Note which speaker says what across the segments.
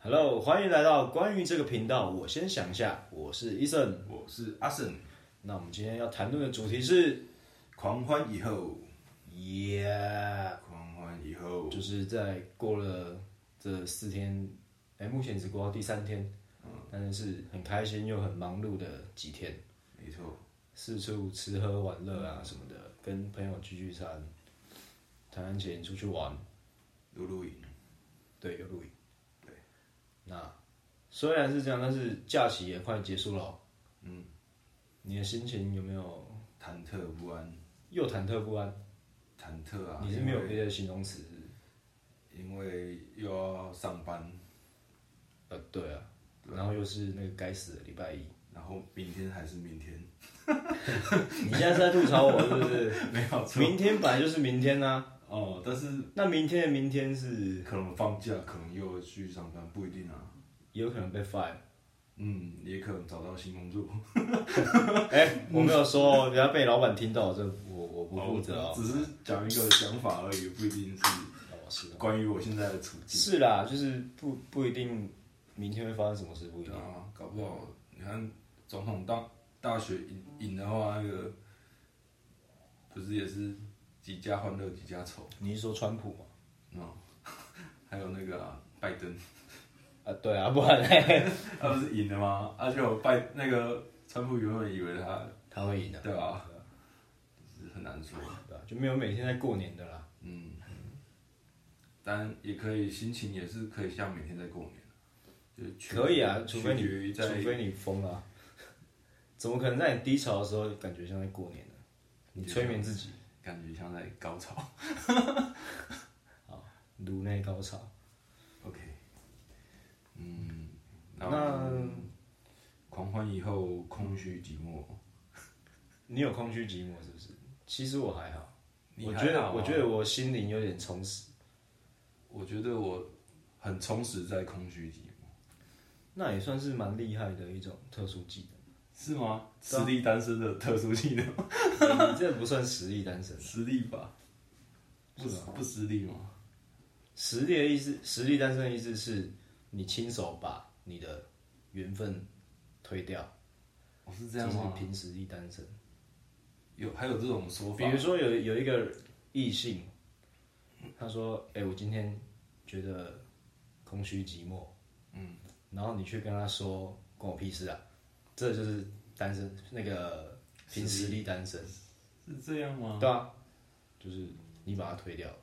Speaker 1: Hello，欢迎来到关于这个频道。我先想一下，我是医生。
Speaker 2: 我是阿胜，
Speaker 1: 那我们今天要谈论的主题是
Speaker 2: 狂欢以后，啊
Speaker 1: ，Yeah，
Speaker 2: 狂欢以后，
Speaker 1: 就是在过了这四天，哎，目前只过到第三天，但是是很开心又很忙碌的几天，
Speaker 2: 没错，
Speaker 1: 四处吃喝玩乐啊什么的，跟朋友聚聚餐，弹弹琴，出去玩，
Speaker 2: 露露营，
Speaker 1: 对，有录影。对，那虽然是这样，但是假期也快结束了、嗯，你的心情有没有
Speaker 2: 忐忑不安，
Speaker 1: 又忐忑不安？
Speaker 2: 忐忑啊，
Speaker 1: 你是没有别的形容词？
Speaker 2: 因为又要上班，
Speaker 1: 呃，对啊，然后又是那个该死的礼拜一。
Speaker 2: 然后明天还是明天，
Speaker 1: 你现在是在吐槽 我是不是？
Speaker 2: 没有错
Speaker 1: 明天本来就是明天呐、
Speaker 2: 哦，但是
Speaker 1: 那明天的明天是
Speaker 2: 可能放假，可能又去上班，不一定啊，
Speaker 1: 也有可能被 fire。
Speaker 2: 嗯，也可能找到新工作，
Speaker 1: 哎、我没有说哦，等下被老板听到，这我我不负责哦。
Speaker 2: 只是讲一个想法而已，不一定是
Speaker 1: 哦是
Speaker 2: 关于我现在的处境
Speaker 1: 是啦，就是不不一定明天会发生什么事，不一定。
Speaker 2: 啊，搞不好你看总统当大学赢赢的话，那个不是也是几家欢乐几家愁。
Speaker 1: 你是说川普吗？
Speaker 2: 哦， 还有那个啊、拜登，
Speaker 1: 啊，对啊，不然嘞，
Speaker 2: 他不是赢了吗？而且我拜那个川普原本以为他，
Speaker 1: 他会赢的、
Speaker 2: 对吧、就是很难说，
Speaker 1: 对啊吧、就没有每天在过年的啦。
Speaker 2: 嗯，但也可以心情也是可以像每天在过年，就是取
Speaker 1: 可以啊，除非
Speaker 2: 取决
Speaker 1: 你
Speaker 2: 于
Speaker 1: 除
Speaker 2: 在
Speaker 1: 非你疯了啊、 怎么可能在你低潮的时候感觉像在过年呢？你
Speaker 2: 啊
Speaker 1: 催眠自己，
Speaker 2: 感觉像在高潮。
Speaker 1: 颅内高潮。
Speaker 2: OK，嗯，然后
Speaker 1: 那
Speaker 2: 狂欢以后空虚寂寞，
Speaker 1: 你有空虚寂寞是不是？其实我还好，
Speaker 2: 你
Speaker 1: 我
Speaker 2: 还
Speaker 1: 觉得
Speaker 2: 好
Speaker 1: 我
Speaker 2: 啊
Speaker 1: 觉得我心灵有点充实。
Speaker 2: 我觉得我很充实在空虚寂寞。
Speaker 1: 那也算是蛮厉害的一种特殊技
Speaker 2: 是吗？实力单身的特殊技能，
Speaker 1: 能， 你这不算实力单身。
Speaker 2: 实力吧？不不实力吗？
Speaker 1: 实力的意思，实力单身的意思是你亲手把你的缘分推掉，
Speaker 2: 我哦是这样
Speaker 1: 就是
Speaker 2: 吗？
Speaker 1: 凭实力单身。
Speaker 2: 有还有这种说
Speaker 1: 比
Speaker 2: 法？
Speaker 1: 如说有有一个异性，他说：“哎、我今天觉得空虚寂寞。”嗯，然后你却跟他说：“关我屁事啊！”这就是单身那个凭实力单身，
Speaker 2: 是这样吗？
Speaker 1: 对啊，就是你把他推掉了。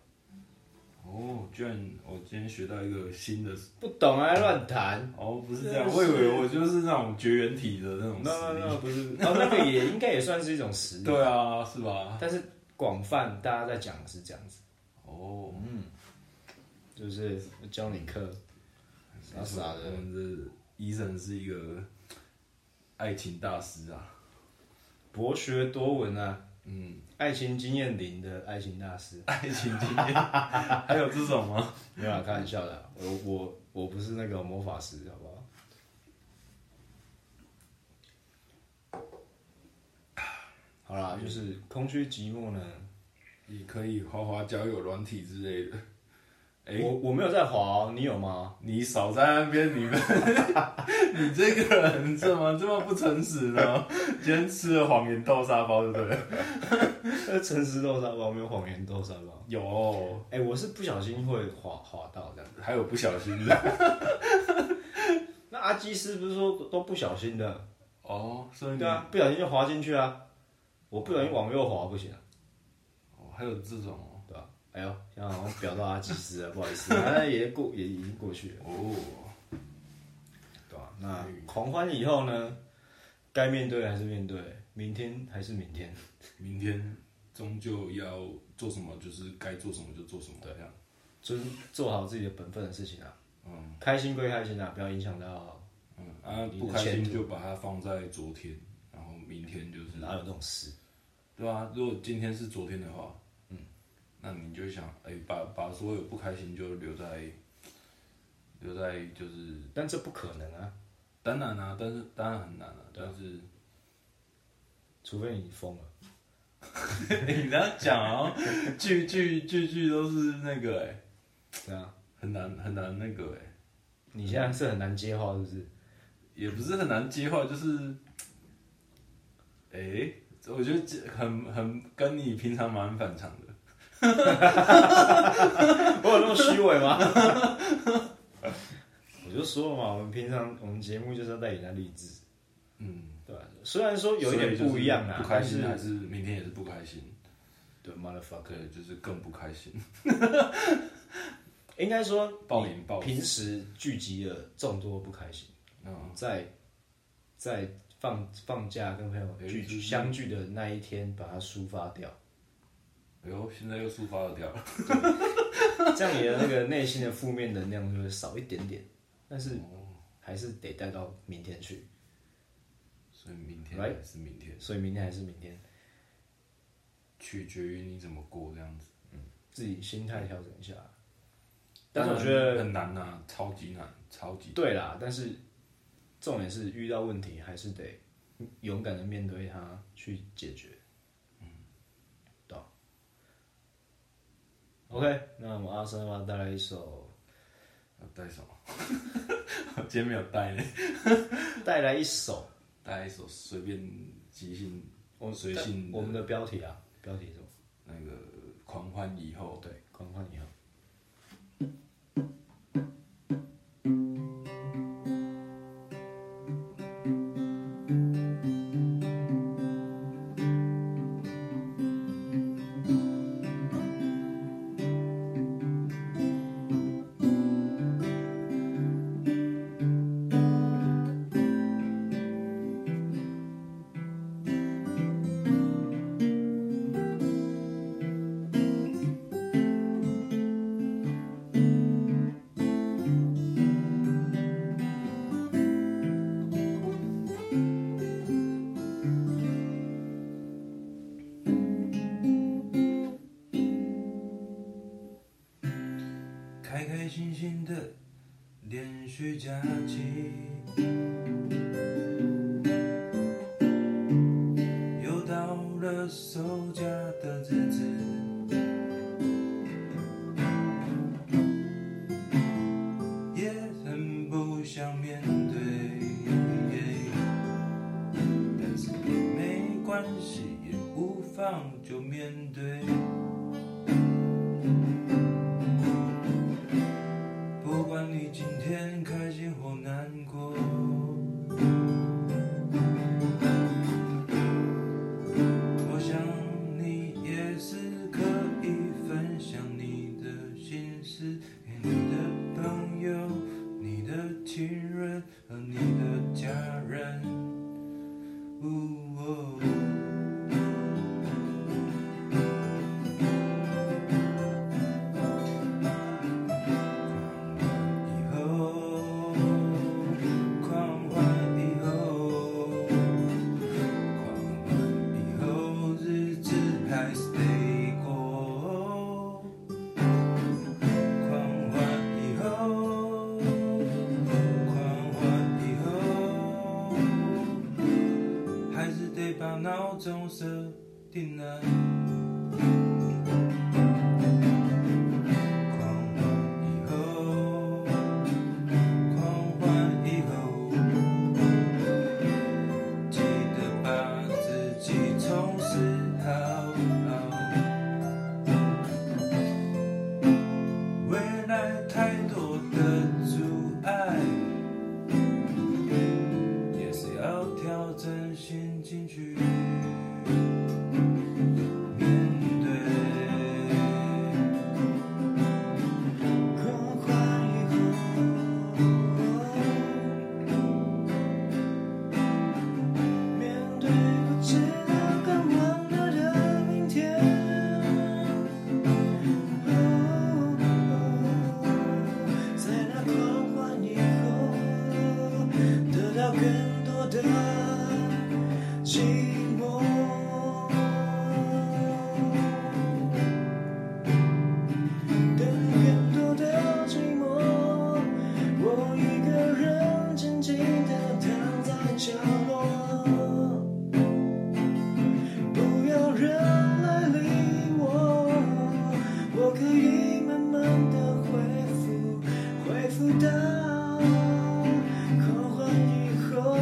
Speaker 2: 哦，居然我今天学到一个新的
Speaker 1: 不懂啊，乱谈。
Speaker 2: 哦，不是这样，
Speaker 1: 是
Speaker 2: 我以为我就是那种绝缘体的那种
Speaker 1: 那
Speaker 2: 实
Speaker 1: 那
Speaker 2: 力。
Speaker 1: 那不是哦，那个也应该也算是一种实力。
Speaker 2: 对啊，是吧？
Speaker 1: 但是广泛大家在讲的是这样子，
Speaker 2: 哦，
Speaker 1: 就是教你课，傻傻
Speaker 2: 我
Speaker 1: 的，
Speaker 2: 们的医生是一个爱情大师啊。
Speaker 1: 博学多闻啊，
Speaker 2: 嗯，
Speaker 1: 爱情经验零的爱情大师，
Speaker 2: 爱情经验还有这种吗？
Speaker 1: 没有啦，开玩笑的啊，我我我不是那个魔法师，好不好？好啦，就是空虚寂寞呢，
Speaker 2: 也可以花花交友软体之类的。 哎、
Speaker 1: 我我没有在滑、哦，你有吗？
Speaker 2: 你少在那边，你们， 你这个人怎么这么不诚实呢？今天吃了谎言豆沙包，对不对？
Speaker 1: 呃，诚实豆沙包没有谎言豆沙包，
Speaker 2: 有，
Speaker 1: 哎、我是不小心会滑滑到这样。
Speaker 2: 还有不小心的。
Speaker 1: 那阿基师不是说都不小心的，
Speaker 2: 哦，所以你
Speaker 1: 对啊，不小心就滑进去啊！我不小心往右滑不行啊，
Speaker 2: 哦，还有这种哦
Speaker 1: 对吧、哎呦，现在好像表到阿基斯了，不 好意思，那也过也已经过去了，
Speaker 2: 哦，
Speaker 1: 对吧、那
Speaker 2: 嗯
Speaker 1: 狂欢以后呢，该面对还是面对，明天还是明天，
Speaker 2: 明天终究要做什么，就是该做什么就做什么，这样。
Speaker 1: 就是做好自己的本分的事情啊。
Speaker 2: 嗯
Speaker 1: 开心归开心啊，不要影响到
Speaker 2: 嗯啊，不开心就把它放在昨天，然后明天就是，
Speaker 1: 哪有这种事。
Speaker 2: 对啊，如果今天是昨天的话，嗯那你就想，哎、把把所有不开心就留在，留在就是，
Speaker 1: 但这不可能啊，
Speaker 2: 当然啊，但是当然很难啊，但是
Speaker 1: 除非你疯了。
Speaker 2: 你这样讲啊，句句句句都是那个、哎，
Speaker 1: 对啊，
Speaker 2: 很难很难那个、哎，
Speaker 1: 你现在是很难接话，是不是？
Speaker 2: 也不是很难接话，就是，哎、我觉得这很很跟你平常蛮反常的。
Speaker 1: 我有那么虚伪吗？我就说了嘛，我们平常我们节目就是要带给大家励志，
Speaker 2: 嗯，
Speaker 1: 对吧、虽然说有一点
Speaker 2: 所以就是
Speaker 1: 不一样啊，
Speaker 2: 不开
Speaker 1: 但
Speaker 2: 心
Speaker 1: 是
Speaker 2: 还是明天也是不开心，
Speaker 1: 对 motherfucker，
Speaker 2: 对，就是更不开心，
Speaker 1: 应该说
Speaker 2: 暴饮暴食
Speaker 1: 平时聚集了众多不开心，
Speaker 2: 嗯，
Speaker 1: 在在放放假跟朋友
Speaker 2: 哎
Speaker 1: 聚
Speaker 2: 就是
Speaker 1: 相聚的那一天，把它抒发掉，
Speaker 2: 哎呦，现在又抒发了掉了，
Speaker 1: 这样你的那个内心的负面能量就会少一点点，但是
Speaker 2: 哦
Speaker 1: 还是得带到明天去，
Speaker 2: 所以明天
Speaker 1: Right
Speaker 2: 还是明天，
Speaker 1: 所以明天还是明天，
Speaker 2: 取决于你怎么过这样子。
Speaker 1: 自己心态调整一下。但是我
Speaker 2: 当然
Speaker 1: 觉得
Speaker 2: 很难呐、啊超级难，超级
Speaker 1: 对啦，但是重点是遇到问题还是得勇敢的面对它去解决。嗯，懂。OK，那我们阿森吧带来一首，
Speaker 2: 要带什么？我 今天没有带呢，
Speaker 1: 带来一首
Speaker 2: 带一首随便即兴，
Speaker 1: 我们
Speaker 2: 随性
Speaker 1: 我们
Speaker 2: 的
Speaker 1: 的标题啊，标题是什么？
Speaker 2: 那个狂欢以后。
Speaker 1: 对，狂欢以后。
Speaker 2: 开开心心的连续假期，又到了收假的日子，也很不想面对，但是也没关系，也无妨就面对。不管你今天开心或难过，我想你也是可以分享你的心思给你的朋友、你的亲人和你的家人。哦哦以后，狂欢以后，狂欢以后，日子还是得过。狂欢以后，狂欢以后，还是得把闹钟设定了。狂欢以后，狂欢以后，记得把自己充实好。未来太多的阻碍，也是要调整心情去。面对。狂欢以后，面对不知道该忘了的明天。
Speaker 3: 在那狂欢以后，得到更多的寂寞。得到更多的寂寞，我一个人静静地躺在角落。不要人来理我，我可以慢慢的恢复，恢复到狂欢以后。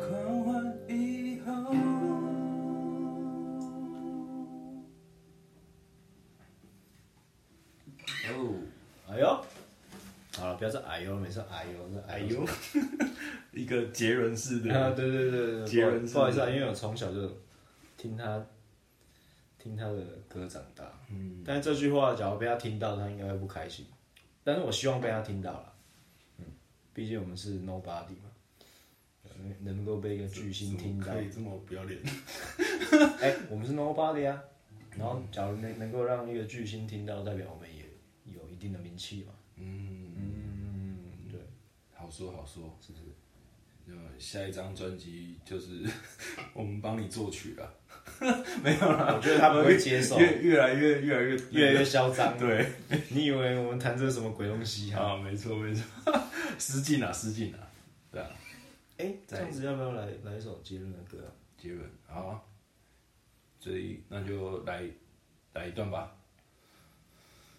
Speaker 2: 狂欢以后，
Speaker 1: 哦，哎呦，好了，不要再哎呦，每次哎呦，那
Speaker 2: 哎呦，一个杰伦式
Speaker 1: 啊，
Speaker 2: 的，
Speaker 1: 对对对
Speaker 2: 杰
Speaker 1: 对，
Speaker 2: 伦
Speaker 1: 不好不好意思啊，
Speaker 2: 是
Speaker 1: 因为我从小就听他听他的歌长大，
Speaker 2: 嗯，
Speaker 1: 但是这句话假如被他听到，他应该会不开心。但是我希望被他听到了，嗯，毕竟我们是 nobody 嘛，能能够被一个巨星听到
Speaker 2: 可，以这么不要脸，
Speaker 1: 哎、我们是 nobody 啊。然后，假如能能够让一个巨星听到，代表我们也有一定的名气嘛。
Speaker 2: 嗯，
Speaker 1: 嗯，对，
Speaker 2: 好说好说，
Speaker 1: 是不是？
Speaker 2: 那下一张专辑就是 我们帮你作曲啊了，
Speaker 1: 我觉得他不会接 受，
Speaker 2: 越越来越越来越
Speaker 1: 越来越嚣张。
Speaker 2: 对
Speaker 1: 你以为我们谈这什么鬼东西啊？
Speaker 2: 啊，没错没错， 失敬啊失敬啊，对啊，
Speaker 1: 哎、这样子要不要来来一首杰伦的歌、啊？
Speaker 2: 杰伦好啊，所以那就来来一段吧，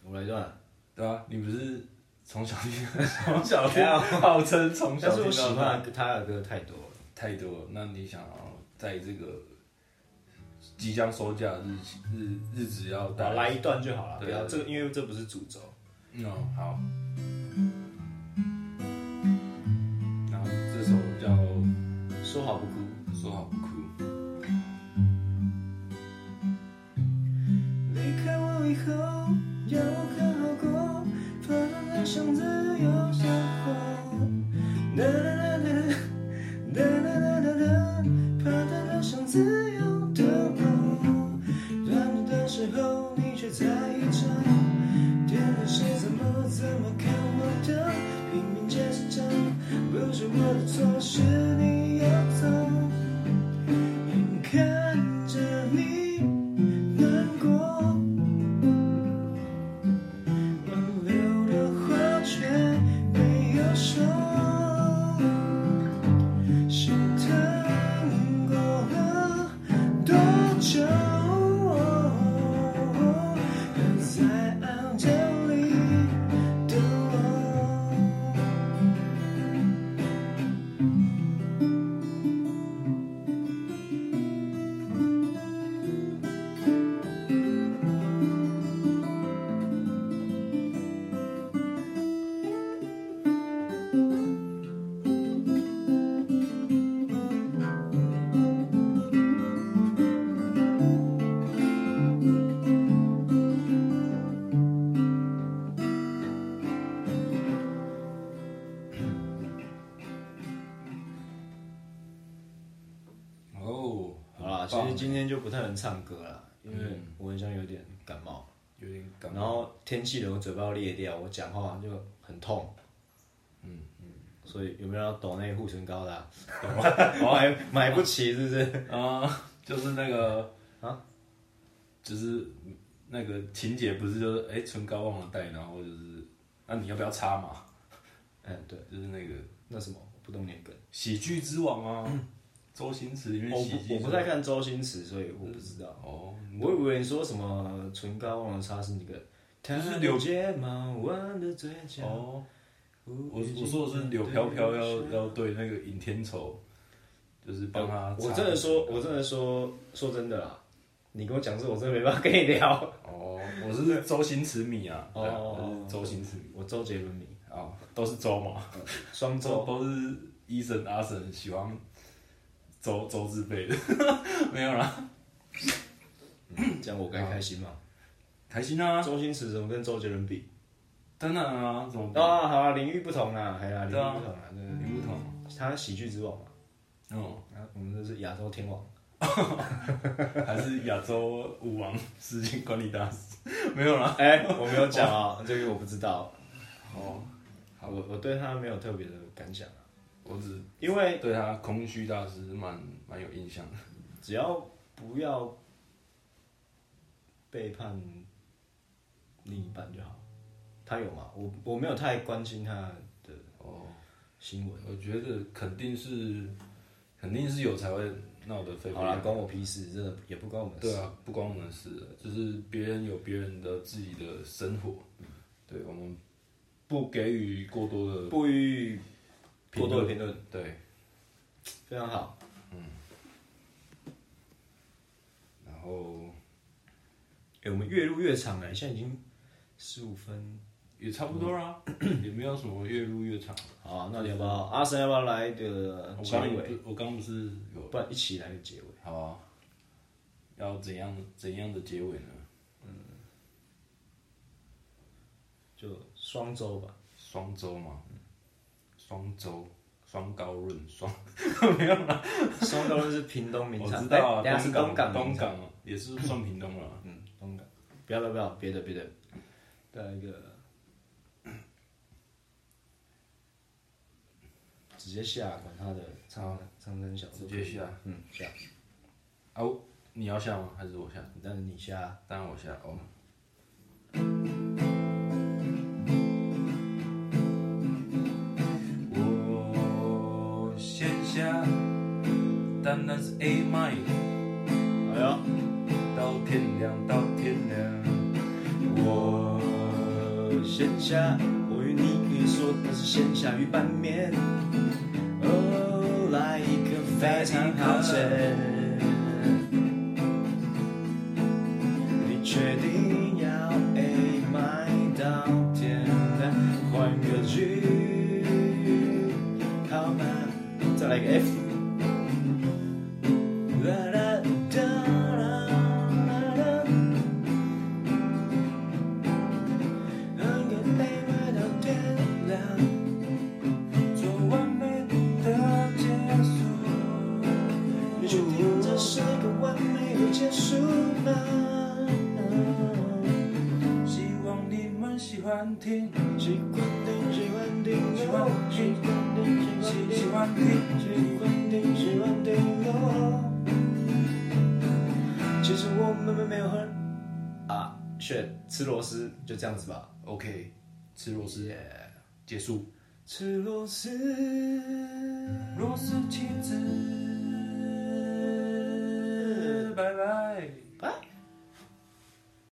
Speaker 1: 我来一段啊、
Speaker 2: 对啊，你不是从小听 从小听，号称从
Speaker 1: 但
Speaker 2: 小
Speaker 1: 是哎我
Speaker 2: 听
Speaker 1: 喜
Speaker 2: 到大
Speaker 1: 欢的他的歌太多了。
Speaker 2: 太多了，那你想要在这个即将收假的日期日日子要带
Speaker 1: 好，来一段就好了，
Speaker 2: 对
Speaker 1: 不要这
Speaker 2: 对
Speaker 1: 个，因为这不是主轴。
Speaker 2: 嗯，好。然后这首叫《
Speaker 1: 说好不哭，
Speaker 2: 说好不哭》，
Speaker 3: 离开我以后，要好好过，放任想自由生活。哒哒哒哒哒哒哒哒，怕得到想自由的我，软弱的时候你却在意着，点的是怎么怎么看我的，拼命解释着，不是我的错，是你要走，眼看着你。难过，挽留的话却没有说，心疼过了多久？还在暗角里等我。
Speaker 2: 哦，
Speaker 1: 好啦，其
Speaker 2: 棒
Speaker 1: 实今天就不太能唱歌啦，因为我好像有点感冒，
Speaker 2: 有点感
Speaker 1: 然后天气冷，我嘴巴要裂掉，我讲话就很痛。
Speaker 2: 嗯
Speaker 1: 所以有没有要抖那护唇膏的、啊？ 买买不起是不是？
Speaker 2: 啊，就是那个
Speaker 1: 啊，
Speaker 2: 就是那个情节不是就是哎唇膏忘了带，然后就是那你要不要擦嘛？
Speaker 1: 嗯，对，
Speaker 2: 就是那个
Speaker 1: 那什么，我不懂你的梗。
Speaker 2: 喜剧之 王啊，周星驰里面
Speaker 1: 我
Speaker 2: 喜
Speaker 1: 不
Speaker 2: 剧
Speaker 1: 我
Speaker 2: 之
Speaker 1: 不
Speaker 2: 王
Speaker 1: 太看周星驰，所以我不知道。
Speaker 2: 哦，
Speaker 1: 我以为你说什么唇膏忘了擦是那个，他
Speaker 2: 是
Speaker 1: 的
Speaker 2: 柳
Speaker 1: 睫毛弯的嘴角。
Speaker 2: 哦，
Speaker 1: 我
Speaker 2: 我我说的是柳飘飘要要对那个尹天仇，就是帮他擦。
Speaker 1: 哦我真的说，我真的说，说真的啦，你跟我讲这，我真的没办法跟你聊。
Speaker 2: 哦，我是周星驰迷啊，
Speaker 1: 哦
Speaker 2: 对啊，
Speaker 1: 哦
Speaker 2: 我是周星驰迷
Speaker 1: 我周杰伦迷，
Speaker 2: 啊，都是周嘛，
Speaker 1: 双
Speaker 2: 周
Speaker 1: 周，
Speaker 2: 都是医生阿神喜欢周周志飞的， 没有啦，
Speaker 1: 这样我该开心吗？
Speaker 2: 开心啊，
Speaker 1: 周星驰怎么跟周杰伦比？
Speaker 2: 当然啊，怎么办？
Speaker 1: 啊，好啊，领域不同啊，哎呀，领域
Speaker 2: 对啊
Speaker 1: 不同啊，对
Speaker 2: 你不同，
Speaker 1: 他喜剧之王嘛，
Speaker 2: 嗯，
Speaker 1: 啊，我们这是亚洲天 王，
Speaker 2: 还是亚洲舞王时间管理大师，没有啦，
Speaker 1: 哎，我没有讲啊，这个我不知道，
Speaker 2: 哦，
Speaker 1: 好我我对他没有特别的感想啊，
Speaker 2: 我只
Speaker 1: 因为
Speaker 2: 对他空虚大师蛮蛮有印象的。
Speaker 1: 只要不要背叛另一半就好。他有吗？我我没有太关心他的
Speaker 2: 哦，
Speaker 1: 新闻。
Speaker 2: 我觉得肯定是肯定是有才会闹得沸沸
Speaker 1: 好啦，
Speaker 2: 扬
Speaker 1: 关我屁事，真的也不关我们
Speaker 2: 扬。
Speaker 1: 事。
Speaker 2: 对啊，不关我们的事了，就是别人有别人的自己的生活，对我们不给予过多的
Speaker 1: 不予过多的评论，
Speaker 2: 对，
Speaker 1: 非常好。
Speaker 2: 然后
Speaker 1: 哎、我们越录越长哎、现在已经十五分。
Speaker 2: 也差不 多啦，也没有什么越入越长。
Speaker 1: 好啊、那你要不要阿神要不要来个
Speaker 2: 我
Speaker 1: 结
Speaker 2: 刚
Speaker 1: 尾？
Speaker 2: 不我刚不是有
Speaker 1: 不然一起来个结尾。
Speaker 2: 好啊，要怎样怎样的结尾呢？
Speaker 1: 就双周吧，
Speaker 2: 双周嘛，双周双高润双，
Speaker 1: 双周是屏东名
Speaker 2: 我
Speaker 1: 产，
Speaker 2: 知道啊，
Speaker 1: 哎等一下是
Speaker 2: 东
Speaker 1: 港名
Speaker 2: 东
Speaker 1: 产
Speaker 2: 港啊也是算屏东了啊。
Speaker 1: 嗯，东港，不要了，不要别的别的， 再来一个，直接下，管他的，唱唱真小，
Speaker 2: 直接下，
Speaker 1: 嗯，下，
Speaker 2: 啊，我你要下吗？还是我下？
Speaker 1: 但是你下，
Speaker 2: 当然我下哦。
Speaker 3: 我线下单单是 A 麦，
Speaker 1: 哎呦，
Speaker 3: 到天亮到天亮。
Speaker 1: 我线下，我与你说的是线下与拌面，哦，来一个非常好吃，你确定要 A 麦到天亮？换个句，好吗？再来个 F。啦啦哒啦啦啦。能够陪我到天亮，
Speaker 3: 做完美的结
Speaker 2: 嗯
Speaker 3: 束。
Speaker 1: 你确定这是个完美的结束吗？
Speaker 3: 希望你们喜欢听，
Speaker 1: 习惯听，习惯听哦，
Speaker 3: 喜喜
Speaker 1: 习惯听，习惯听，
Speaker 3: 欢听。
Speaker 1: 习惯听，习惯听哦。其实我们没有很啊，选吃螺丝就这样子吧。
Speaker 2: OK，吃螺丝结束。
Speaker 1: 吃螺丝。
Speaker 3: 若是妻子，拜拜。